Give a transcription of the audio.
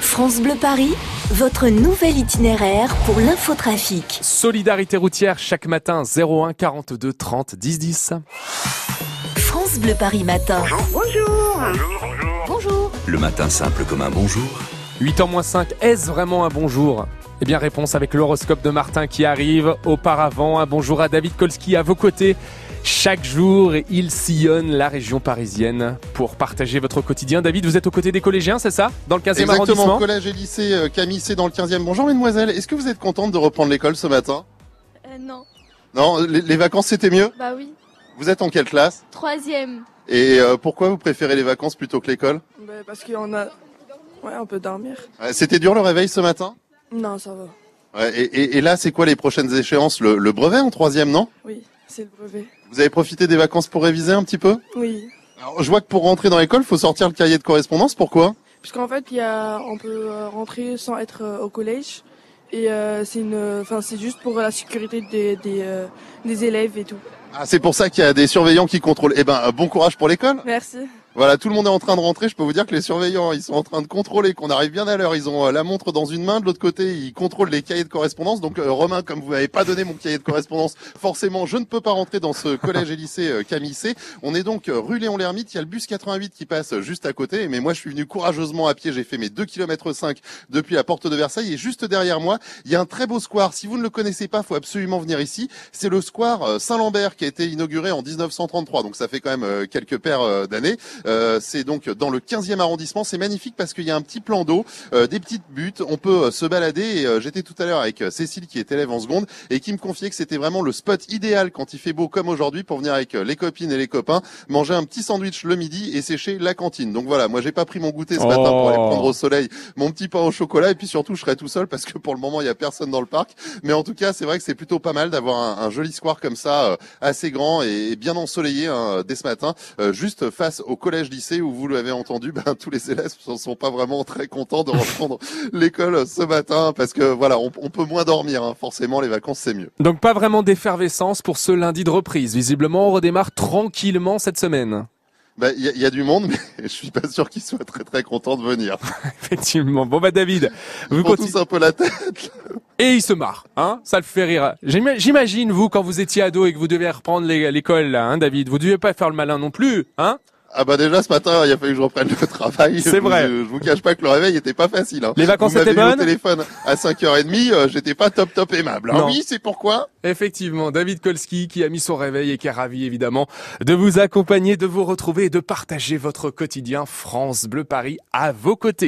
France Bleu Paris, votre nouvel itinéraire pour l'infotrafic. Solidarité routière chaque matin 01 42 30 10 10. France Bleu Paris Matin. Bonjour. Bonjour. Le matin simple comme un bonjour. 8 ans moins 5, est-ce vraiment un bonjour Eh bien réponse avec l'horoscope de Martin qui arrive. Auparavant, un bonjour à David Kolski à vos côtés. Chaque jour, il sillonne la région parisienne pour partager votre quotidien. David, vous êtes aux côtés des collégiens, c'est ça Dans le 15e Exactement, arrondissement collège et lycée, euh, Camille, c'est dans le 15e. Bonjour mesdemoiselles, est-ce que vous êtes contente de reprendre l'école ce matin Euh, non. Non, les, les vacances c'était mieux Bah oui. Vous êtes en quelle classe Troisième. Et euh, pourquoi vous préférez les vacances plutôt que l'école Bah, parce qu'on a. Ouais, on peut dormir. Euh, C'était dur le réveil ce matin Non, ça va. Ouais, et, et- et là, c'est quoi les prochaines échéances le, le brevet en troisième, non Oui, c'est le brevet. Vous avez profité des vacances pour réviser un petit peu Oui. Alors, je vois que pour rentrer dans l'école, faut sortir le cahier de correspondance, pourquoi Puisqu'en fait, il y a, on peut euh, rentrer sans être euh, au collège. Et euh, c'est une, enfin, c'est juste pour la sécurité des, des, euh, des élèves et tout. ah, c'est pour ça qu'il y a des surveillants qui contrôlent. Eh ben, euh, bon courage pour l'école. Merci. Voilà, tout le monde est en train de rentrer. Je peux vous dire que les surveillants, ils sont en train de contrôler qu'on arrive bien à l'heure. Ils ont euh, la montre dans une main, de l'autre côté, ils contrôlent les cahiers de correspondance. Donc euh, Romain, comme vous m'avez pas donné mon cahier de correspondance, forcément, je ne peux pas rentrer dans ce collège et lycée euh, Camille C. On est donc euh, rue Léon-Lermite. Il y a le bus 88 qui passe euh, juste à côté. Mais moi, je suis venu courageusement à pied. J'ai fait mes 2 km 5 depuis la porte de Versailles et juste derrière moi, il y a un très beau square. Si vous ne le connaissez pas, faut absolument venir ici. C'est le square euh, Saint-Lambert qui a été inauguré en 1933. Donc ça fait quand même euh, quelques paires euh, d'années. Euh, c'est donc dans le 15e arrondissement. C'est magnifique parce qu'il y a un petit plan d'eau, euh, des petites buttes. On peut euh, se balader. Et, euh, J'étais tout à l'heure avec euh, Cécile qui est élève en seconde et qui me confiait que c'était vraiment le spot idéal quand il fait beau comme aujourd'hui pour venir avec euh, les copines et les copains, manger un petit sandwich le midi et sécher la cantine. Donc voilà, moi j'ai pas pris mon goûter ce matin pour aller Oh. prendre au soleil mon petit pain au chocolat et puis surtout je serai tout seul parce que pour le moment il y a personne dans le parc. Mais en tout cas, c'est vrai que c'est plutôt pas mal d'avoir un, un joli square comme ça, euh, assez grand et bien ensoleillé hein, dès ce matin, euh, juste face au collège-lycée où vous l'avez entendu, ben, tous les élèves ne sont pas vraiment très contents de reprendre l'école ce matin parce que voilà, on, on peut moins dormir. hein. Forcément, les vacances c'est mieux. Donc pas vraiment d'effervescence pour ce lundi de reprise. Visiblement, on redémarre tranquillement cette semaine. Ben, Il y, a- il y a du monde, mais je suis pas sûr qu'ils soient très très contents de venir. Effectivement. Bon bah David, vous Ils font continuez. tous un peu la tête. Et il se marre, hein Ça le fait rire. J'ima- J'imagine vous quand vous étiez ado et que vous deviez reprendre l'é- l'école, là, hein, David. Vous deviez pas faire le malin non plus, hein Ah bah déjà ce matin, il a fallu que je reprenne le travail. C'est Je vous- vrai. Je, je vous cache pas que le réveil était pas facile. hein. Les vacances Vous m'avez étaient eu bonnes au téléphone à 5h30, euh, j'étais pas top top aimable. hein. Non. Oui, c'est pourquoi Effectivement, David Kolski qui a mis son réveil et qui est ravi évidemment de vous accompagner, de vous retrouver et de partager votre quotidien France Bleu Paris à vos côtés.